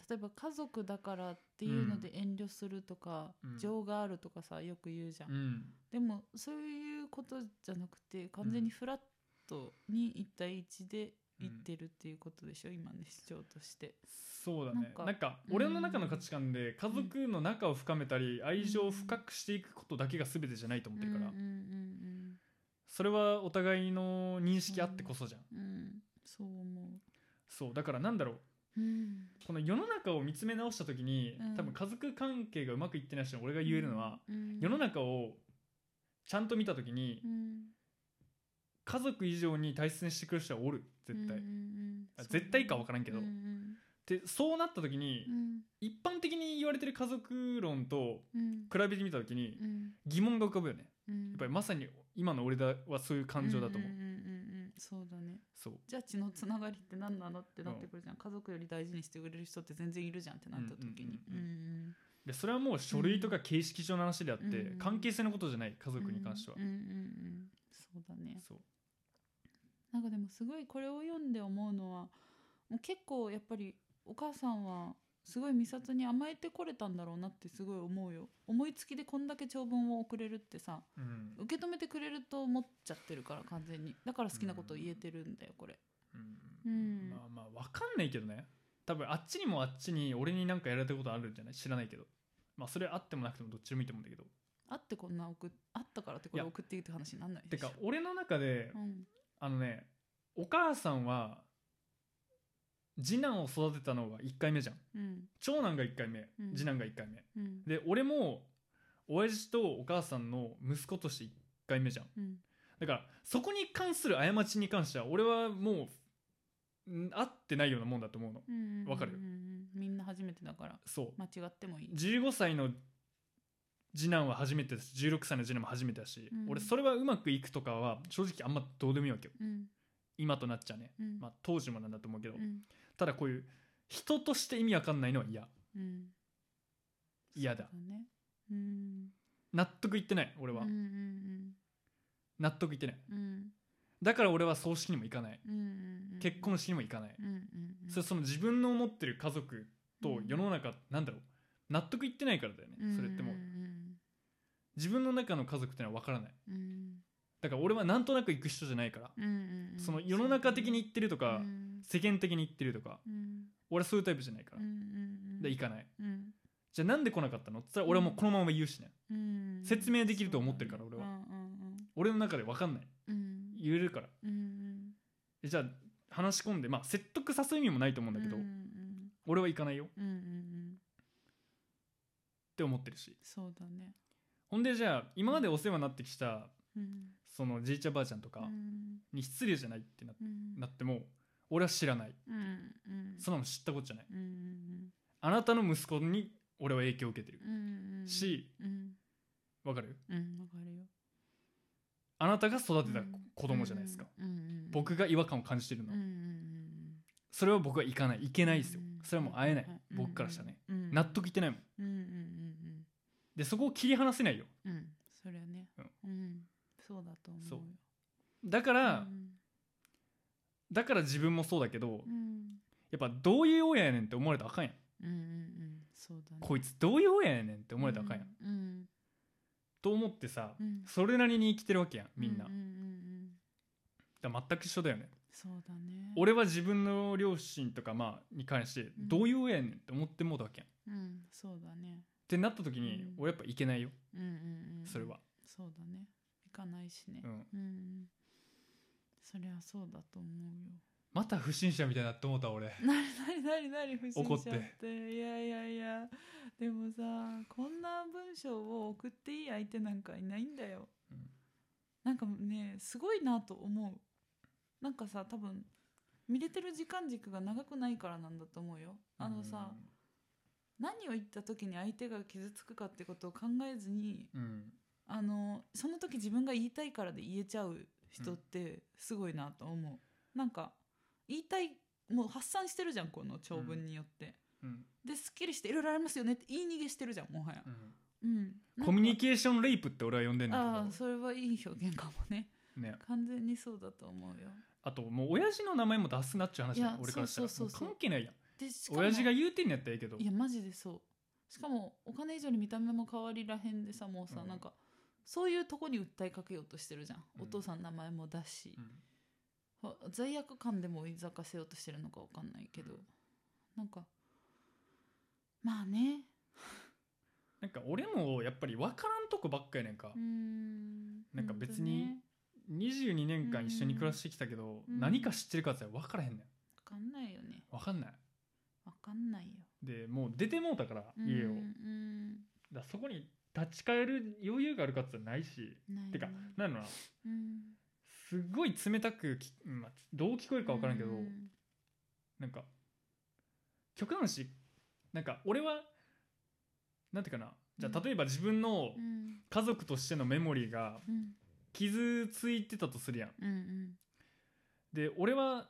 例えば家族だからっていうので遠慮するとか、
うん
情があるとかさよく言うじゃん、
うん
でもそういうことじゃなくて完全にフラットに1対1で言ってるっていうことでしょ、今ね主張として
そうだね
な
なんん
か
か
うん
俺の中の価値観で家族の仲を深めたり愛情を深くしていくことだけが全てじゃないと思ってるから、
うんうん
それはお互いの認識あってこそじゃん、
うんうんうんそう思
そうだからなんだろう
ううん
この世の中を見つめ直した時に、
うん
多分家族関係がうまくいってない人に俺が言えるのは、
うん
世の中をちゃんと見た時に、
うん
家族以上に大切にしてくれる人はおる絶対、
うんうんうん
あ絶対か分からんけど
うんうん
でそうなった時に、
うん
一般的に言われてる家族論と
うん
比べてみた時に
うん
疑問が浮かぶよね
うん
やっぱりまさに今の俺だはそういう感情だと思う、
んうんうんうんそうだね
そう
じゃあ血のつながりって何なのってなってくるじゃん、家族より大事にしてくれる人って全然いるじゃんってなった時に
うんうんでそれはもう書類とか形式上の話であって、
うん
関係性のことじゃない家族に関しては、
うんうんうんうんそうだね
そう
なんかでもすごいこれを読んで思うのはもう結構やっぱりお母さんはすごい美里に甘えてこれたんだろうなってすごい思うよ思いつきでこんだけ長文を送れるってさ
うん、
受け止めてくれると思っちゃってるから完全にだから好きなことを言えてるんだよこれ
う
うん
ん、まあまあ分かんないけどね多分あっちにもあっちに俺になんかやられたことあるんじゃない知らないけどまあそれあってもなくてもどっちでもいいと思うんだけど
あってこんな送っあったからってこれ送っていいって話になんない
て
でしょ
か俺の中で、
うん
あのねお母さんは次男を育てたのが1回目じゃん
うん
長男が1回目
うん
次男が1回目
うん
で俺も親父とお母さんの息子として1回目じゃん
うん
だからそこに関する過ちに関しては俺はもうん合ってないようなもんだと思うの
うん
わかる
うんうんみんな初めてだから
そう
間違ってもいい
15歳の次男は初めてだし16歳の次男も初めてだし、
うん
俺それはうまくいくとかは正直あんまどうでもいいわけよ
うん
今となっちゃね、
うん
まあ、当時もなんだと思うけど、
うん
ただこういう人として意味わかんないのは嫌
うん
嫌だ
そうねうん
納得いってない俺
うん
は、
うんうん
納得いってない
うん
だから俺は葬式にも行かない
うんうんうん
結婚式にも行かない、
うんうんうん
それその自分の思ってる家族と世の中、なんだろう納得いってないからだよね、それってもう
うん
自分の中の家族ってのは分からない
うん
だから俺はなんとなく行く人じゃないから、
うんうんうん
その世の中的に言ってるとか、
うん
世間的に言ってるとか
うん
俺はそういうタイプじゃないから、
うんうん
で行かない
うん
じゃあなんで来なかったのって言ったら俺はもうこのまま言うしね、
うん
説明できると思ってるから俺は
うんうん
俺の中で分かんない
うん
言えるから
うんうん
えじゃあ話し込んでまあ説得させる意味もないと思うんだけど、
うんうん
俺は行かないよっ
うんうんうん
て思ってるし
そうだね
ほんでじゃあ今までお世話になってきた
うん
そのじいちゃんばあちゃんとか
うん
に失礼じゃないってな
うん
なっても俺は知らない
うんうん
そんなの知ったことじゃない
うんうん
あなたの息子に俺は影響を受けてる
うんうんうん
し
うん
わかる
うんわかるよ
あなたが育てた子供じゃないですか、
うんうんうんうん
僕が違和感を感じてるの
う
は、
んうんうん
それは僕は行かない行けないですよ
うん
それはもう会えない
はは
僕からしたらね
うんうんうん
納得いってないもん
うんうんうん
でそこを切り離せないよ
うんうんそりゃね
うん
うんそうだと思う
そう
よ
だから、
うん
だから自分もそうだけど、
うん
やっぱどういう親やねんって思われたらあかんやん、
うんうんうんそうだね
こいつどういう親やねんって思われたらあかんやん、
うん
と思ってさ、
うん
それなりに生きてるわけやんみんな、
うんうんうんうん
だから全く一緒だよね
そうだね
俺は自分の両親とかまあに関して
うん
どういう親やねんって思ってもうたわけやん、っ
うんそうだね
てなった時に
うん
俺やっぱいけないよ
うんうんうん
それは
そうだね行かないしね
うん
うんうんそりゃそうだと思う よ
また不審者みたいになって思った俺
なになになになに不審
怒
者
っ
ってていやいやいやでもさこんな文章を送っていい相手なんかいないんだよ、
うん
なんかねすごいなと思うなんかさ多分見れてる時間軸が長くないからなんだと思うよあのさ、何を言った時に相手が傷つくかってことを考えずに
うんうん
あのその時自分が言いたいからで言えちゃう人ってすごいなと思う、なんか言いたいもう発散してるじゃんこの長文によって、
うん
ですっきりしていろいろありますよねって言い逃げしてるじゃんもはや
う、ん
うん、
コミュニ
ケ
ケーションレイプって俺は呼んでんだ
ああそれはいい表現かもね
けどね
完全にそうだと思うよ
あともう親父の名前も出すなっちゅう話だよ
いや
俺からしたら
そうそうそうそう
も関係ないやん
でしかも
親父が言うてんのやったらええけど
いやマジでそうしかもお金以上に見た目も変わりらへんでさもうさ、
うん
なんかそういうとこに訴えかけようとしてるじゃん、
うん
お父さんの名前も出し
う、ん
は罪悪感でも追いざかせようとしてるのかわかんないけど、
うん
なんかまあね
なんか俺もやっぱり分からんとこばっかやねんか
うー、ん
なんか別に
ほとね
22年間一緒に暮らしてきたけど、
うん
何か知ってるかって言ったら分からへんね
わかんないよね
ん分かんない
わかんないよ
でもう出てもうたから家を、
うんうん
だからそこに立ち返る余裕があるかって言ったらないし
ないね
てかなんだろうな
うん
すごい冷たくき、まあ、どう聞こえるか分からんけど、
うん
なんか極端だしなんか俺はなんていうかなじゃ
う
あ
ん
例えば自分の
うん
家族としてのメモリーが
うん
傷ついてたとするやん
うんうん
で俺は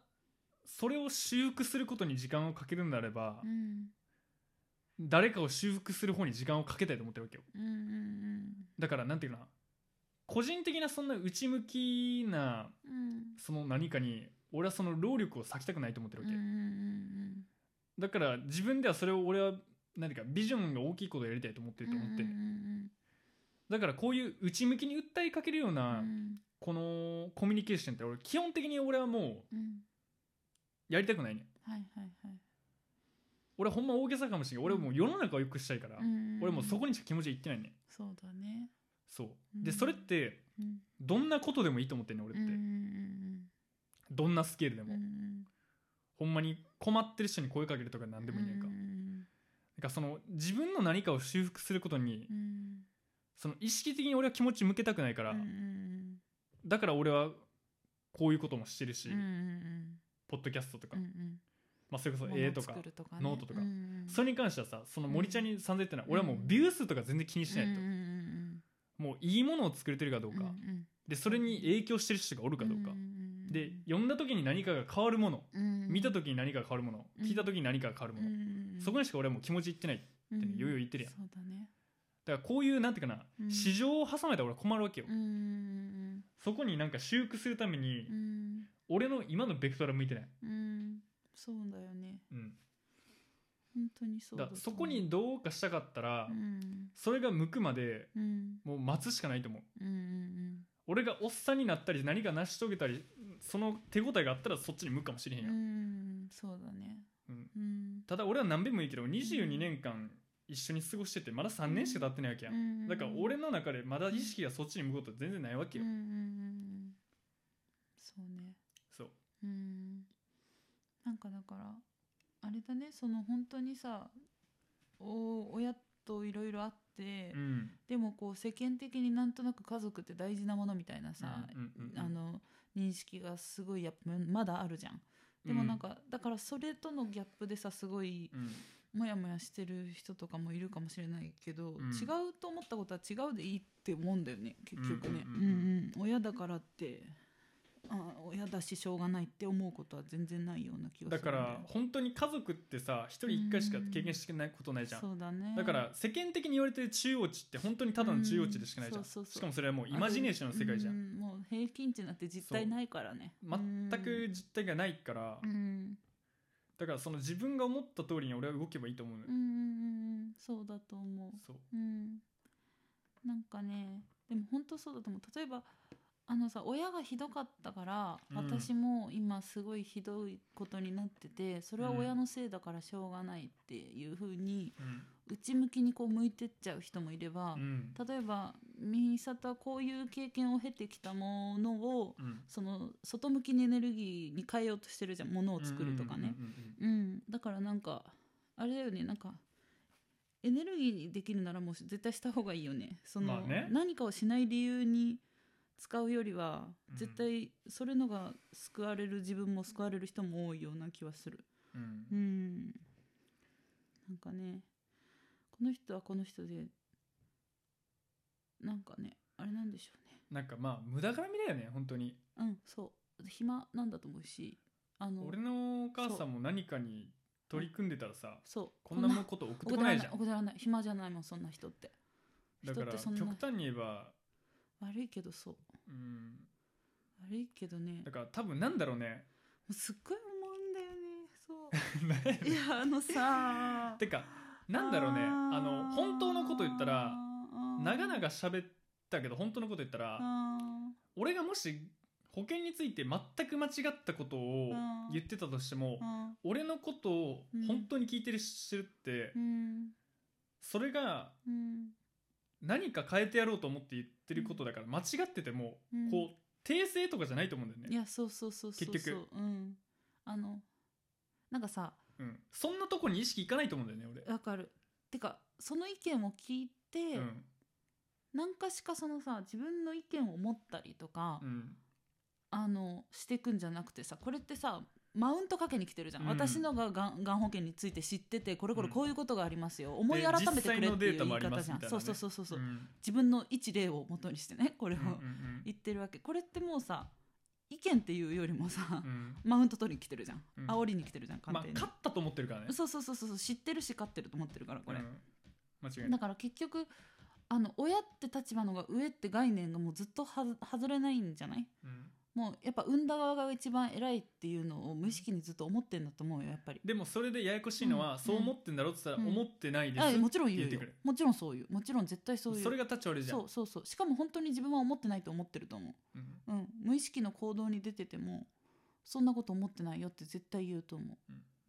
それを修復することに時間をかけるならば
うんうん
誰かを修復する方に時間をかけたいと思ってるわけよ
うんうん
だからなんていうかな個人的なそんな内向きな
うん
その何かに俺はその労力を割きたくないと思ってるわ
うんうん
け、
うん
だから自分ではそれを俺は何かビジョンが大きいことをやりたいと思ってると思って、
うんうん
だからこういう内向きに訴えかけるよう
うん
な
うん
このコミュニケーションって俺基本的に俺はも
うん
うやりたくないねん
はいはいはい
俺はほんま大げさかもしれんけど俺はもう世の中を良くしたいから、
うんうん
俺もうそこにしか気持ちいってないねん
そうだね
そう
うん
でそれって
うん
どんなことでもいいと思ってんねん俺っ
う
て、
んうんうん
どんなスケールでも、
うん
ほんまに困ってる人に声かけるとか何でもいいねんか,、
う
なん
ん
かその自分の何かを修復することに
うん
その意識的に俺は気持ち向けたくないから、
うんうん
だから俺はこういうこともしてるし、
うんうん
ポッドキャストとか、
うんうん
まあ、それこそ
もの
絵とか
作るね
ノートとか
うんうんうん
それに関してはさその森ちゃんに散々言ってない、
うん
俺はもうビュー数とか全然気にしないと、
うんうんうん
もういいものを作れてるかどう
うん
か、
うんうん
でそれに影響してる人がおるかどうか、
んんん
で読んだ時に何かが変わるもの、
うんうん
見た時に何かが変わるもの、
うん
聞いた時に何かが変わるもの、そこにしか俺はもう気持ちいってない
に
ってね余裕言ってるやん
そうだね
だからこういうなんていうかな、
うん
市場を挟まれたら俺は困るわけよ、
うんうん
そこになんか修復するために、
うんうん
俺の今のベクトルは向いてない、
うんそうだよね
うん、
本当にそう
だ
だ
か
と
ら
思う
そこにどうかしたかったら、
うん
それが向くまで
うん
もう待つしかないと思う
うんうん
俺がおっさんになったり何か成し遂げたりその手応えがあったらそっちに向くかもしれへん
う
や、
んうんんそうだね
うん
うん
ただ俺は何べんもいいけど22年間一緒に過ごしててまだ3年しか経ってないわけやん、だから俺の中でまだ意識がそっちに向くこと全然ないわけ
うん
よ、
うんうんそうね
そう
うんなんかだからあれだねその本当にさお親といろいろあって、
うん
でもこう世間的になんとなく家族って大事なものみたいなさ、
うんうんうんうん
あの認識がすごいやっぱまだあるじゃん。でもなんか、だからそれとのギャップでさすごい
うん
モヤモヤしてる人とかもいるかもしれないけ
ん
ど、違うと思ったことは違うでいいって思うんだよね結
う
局ね、うん
う
んうんん
うん
親だからってあ親だししょうがないって思うことは全然ないような気がするん
だ
よ
から本当に家族ってさ一人一回しか経験してないことないじゃん、
そうだね
だから世間的に言われてる中央値って本当にただの中央値でしかないじゃん、
うんそうそうそう
しかもそれはもうイマジネーションの世界じゃ、
うんんもう平均値なんて実体ないからね
全く実体がないから、
うん
だからその自分が思った通りに俺は動けばいいと思うのよ
うんうんうんうんそうだと思う
そう
うん、なんかねでも本当そうだと思う例えばあのさ親がひどかったから、
うん
私も今すごいひどいことになっててそれは
うん
親のせいだからしょうがないっていうふうに
うん
内向きにこう向いてっちゃう人もいれば、
うん
例えばミサトはこういう経験を経てきたものを
うん
その外向きにエネルギーに変えようとしてるじゃんものを作るとかね。
うんうん
うん、だからなんかあれだよねなんかエネルギーにできるならもう絶対した方がいいよねその、
まあね
何かをしない理由に使うよりは
うん
絶対それのが救われる自分も救われる人も多いような気はする
うんうんう
うんんなんかねこの人はこの人でなんかねあれなんでしょうね
なんかまあ無駄絡みだよね本当に
うんそう暇なんだと思うしあの
俺のお母さんも何かに取り組んでたらさ
そう
こんなもんこと送ってこ
ら
ないじゃん
送らない暇じゃないもんそんな人って
だか
人っ
ら
て
極
そんな
端に言えば
悪いけどそう
うん
悪いけどね
だから多分なんだろうね
もうすっごい思うんだよねそう
ね
いやあのさ
てかなんだろうね
ー
あの本当のこと言ったら
あー
長々喋ったけど本当のこと言ったら
あ
俺がもし保険について全く間違ったことを
うん
言ってたとしても
ーあ
俺のことを本当に聞いてる人って
ーうん
それが
うん
何か変えてやろうと思って言ってることだから間違ってても
うん
こう訂正とかじゃないと思うんだよ
い
ね、
やそうそうそうそうそう
結局
うんあのなんかさ
うん、そんなとこに意識いかないと思うんだよね俺
わかるてかその意見を聞いて、
うん
何かしかそのさ自分の意見を持ったりとか、
うん
あのしていくんじゃなくてさこれってさマウントかけに来てるじゃん、
うん
私のががんがん保険について知っててこれこれこういうことがありますよ、思い
で
改めてくれ
実
ってい
際のデータ
う言
もあ
い
りま
方
す
じゃ
み
ん、
たいなね
そうそうそうそうそう、
うん
自分の一例を元にしてねこれを
うんうん
言ってるわけ、これってもうさ意見っていうよりもさ、
うんうん
マウント取りに来てるじゃん、
うん
煽りに来てるじゃん
ま
完
あ
全に、
勝ったと思ってるからね
そうそうそうそう知ってるし勝ってると思ってるからこれ、
うん間違いな
だ
い
から結局あの親って立場のが上って概念がもうずっとはず外れないんじゃない
うん
もうやっぱ産んだ側が一番偉いっていうのを無意識にずっと思ってんだと思うよやっぱり。
でもそれでややこしいのは、
うん
そう思ってんだろって言ったら、
うん
思ってないです
あもちろん言
言っ
う
て
よ
くる
もちろんそういうもちろん絶対そういう
それが立ち悪いじゃん
そうそうそうしかも本当に自分は思ってないと思ってると思
うん
う、うん、無意識の行動に出ててもそんなこと思ってないよって絶対言うと思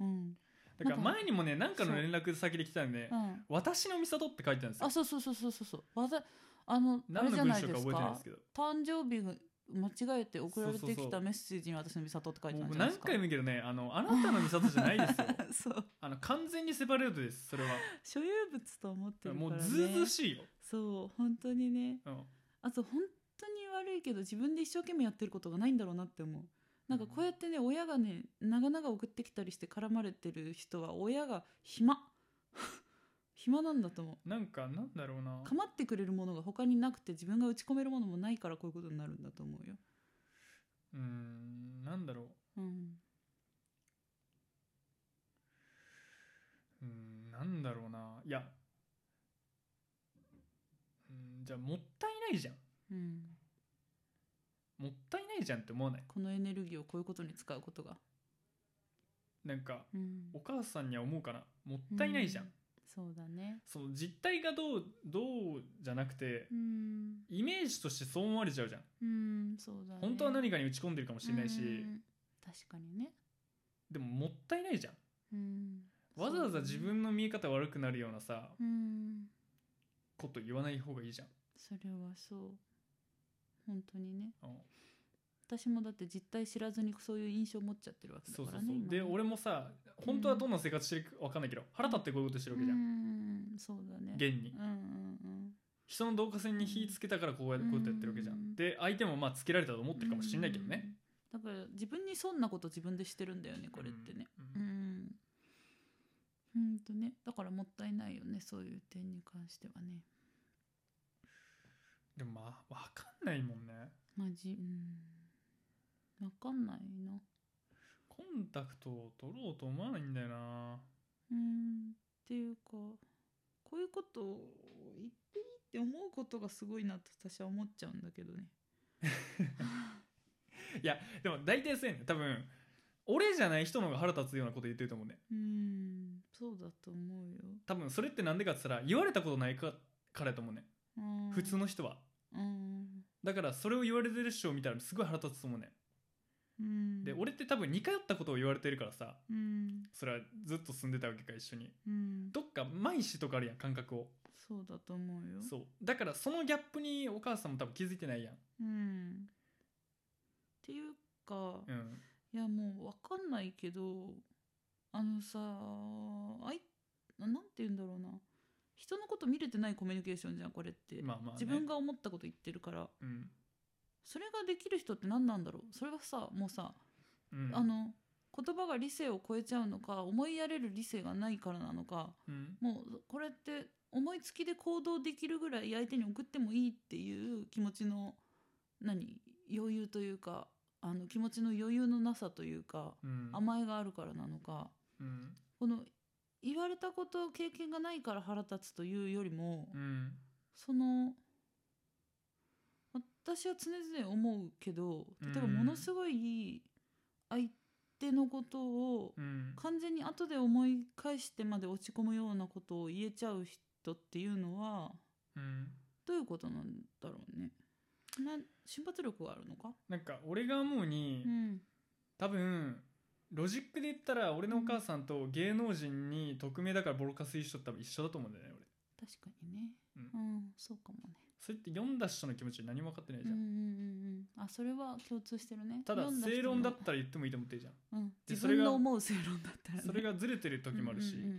ううん、
だから前にもねなんかの
そう
連絡先で来たんで
う、ん、
私の美里って書いてたんですよ
あそうそうそうそうそうそうわざあのあ
何
れ
の
じゃ
文
ない
章か
です
覚えてないで
か
すけど
誕生日間違えて送られ
そう
て
そうそう
きたメッセージに私の美里って書いてない
もう
じゃな
何
いですか
回も言うけどねあのあなたの美里じゃない ですよ
そう
あの完全にセパレートですそれは
所有物と思ってるから、ね、
もうずうずうしいよ、
そう本当にね
うん、
あと本当に悪いけど自分で一生懸命やってることがないんだろうなって思うなんかこうやってね親がね長々送ってきたりして絡まれてる人は親が暇 暇なんだと思う
なんかなんだろうな
構ってくれるものが他になくて自分が打ち込めるものもないからこういうことになるんだと思うよ、
うーんなんだろう
うん、
うーんなんだろうないやうーんじゃあもったいないじゃん
うん、
もったいないじゃんって思わない
このエネルギーをこういうことに使うことが、
なんか
うん
お母さんには思うかなもったいないじゃん、
うそうだね
その実態がどうどうじゃなくて
うん、
イメージとしてそう思われちゃうじゃん
うん、そうだね
本当は
か
何かに打ち込んでるかもしれないし、
確かにね、
でももったいないじゃん
うん、
わざわざ
そうだね
自分の見え方悪くなるようなさ
うん
こと言わない方がいいじゃん、
それはそう本当にね
うん
私もだって実態知らずにそういう印象を持っちゃってるわけだ
そう
か
そう
ら
そ
ね今
う
ね
で俺もさ本当はどんな生活してるか分かんないけど腹立ってこういうことしてるわけじゃ
うんんそうだね
現に
うんうん
人の導火線に火つけたからこうやってこうやってやってるわけじゃ
うんん
で相手もまあつけられたと思
う
っ
ん
てるかもしれないけどね
だから自分に損なこと自分でしてるんだよねこれってね
う
うんんうんとねだからもったいないよねそういう点に関してはね
でもまあ分かんないもんね
まじうんわかんないな
コンタクトを取ろうと思わないんだよな
うんっていうかこういうことを言っていいって思うことがすごいなと私は思っちゃうんだけどね。
でも大体そうやね多分俺じゃない人の方が腹立つようなこと言ってると思うね
うんそうだと思うよ。
多分それってなんでかって言ったら言われたことないかからやと思うね
うん
普通の人は
うん
だからそれを言われてる人を見たらすごい腹立つと思うね
うん
で俺って多分似通ったことを言われてるからさ
うん
それはずっと住んでたわけか一緒に
うん
どっか毎日とかあるやん感覚を
そうだと思うよ。
そうだからそのギャップにお母さんも多分気づいてないやん
うんっていうか、
うん
いやもうわかんないけどあのさあいなんて言うんだろうな人のこと見れてないコミュニケーションじゃんこれって。
まあまあ、ね、
自分が思ったこと言ってるから
うん、
それができる人って何なんだろうそれはさもうさ、
うん、
あの言葉が理性を超えちゃうのか思いやれる理性がないからなのか
うん
もうこれって思いつきで行動できるぐらい相手に送ってもいいっていう気持ちの何余裕というかあの気持ちの余裕のなさというか
うん
甘えがあるからなのか
うん
この言われたこと経験がないから腹立つというよりも、
うん
その私は常々思うけど例えば
うん
ものすごい相手のことを
うん
完全に後で思い返してまで落ち込むようなことを言えちゃう人っていうのは
うん
どういうことなんだろうね。な瞬発力があるのか、
なんか俺が思うに、
うん、
多分ロジックで言ったら俺のお母さんと芸能人に匿名だからボロカスいい人多分一緒だと思うんだよね俺
確かにね、
うん
うん、そうかもね。
それって読んだ人の気持ち何も分かってないじ
うん
ゃ、
うんんうんうん、あそれは共通してるね。
ただ
読ん人の
正論だったら言ってもいいと思ってるじゃん
うん、
で
自
それ
分
が
の思う正論だったら、ね、
それがずれてる時もあるし、
うんうんうんう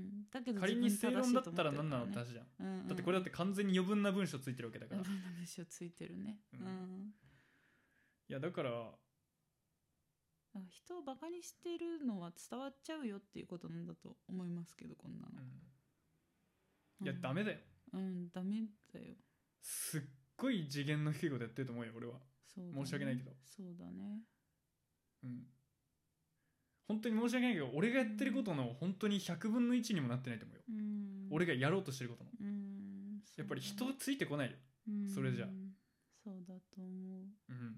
んだけど
仮に正論だったら何なのって
だ
話じゃん、だってこれだって完全に余分な文章ついてるわけだから、い
話をついてるね、
う
うんん
やだから
だから人をバカにしてるのは伝わっちゃうよっていうことなんだと思いますけどこんなの、
いや、
うん
ダメだよ
うんダメだよ
すっごい次元の低いことやってると思うよ俺は、
そうだね
申し訳ないけど
そうだね
うん、本当に申し訳ないけど俺がやってることの本当に100分の1にもなってないと思うよ、
うん
俺がやろうとしてることの
うんそ
や
うだね
っぱり人ついてこないよ、
うん
それじゃ
そうだと思う
うん、
なん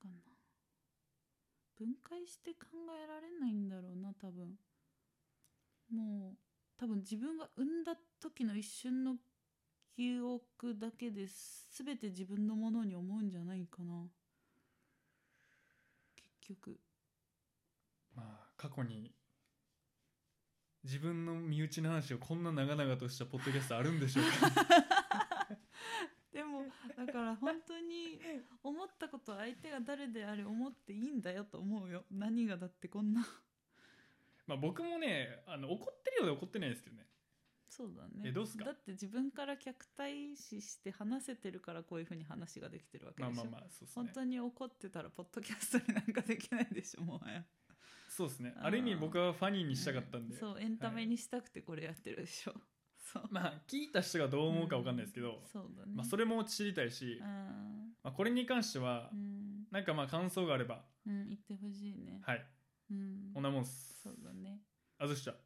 かな分解して考えられないんだろうな多分もう多分自分が産んだ時の一瞬の記憶だけで全て自分のものに思うんじゃないかな結局
まあ過去に自分の身内の 話をこんな長々としたポッドキャストあるんでしょうか
でもだかから本当に思ったこと相手が誰であれ思っていいんだよと思うよ何がだってこんな
まあ僕もねあの怒ってるようで怒ってないですけどね
そうだね
えどうすか
だって自分から客体視して話せてるからこういうふうに話ができてるわけ
まあ
でしょ、
まあまあそうです
本
ね
当に怒ってたらポッドキャストになんかできないでしょもはや
そうですね
あー
ある意味僕はファニーにしたかったんで、
そうエンタメにしたくてこれやってるでしょ、そう
まあ聞いた人がどう思うか分かんないですけど、
うんそうだね
まあ、それも知りたいし、
うん
まあ、これに関しては、
うん、
なんかまあ感想があれば
うん、言ってほしいね、
はい
うん
こんなもんっす
そうだね
あずしちゃん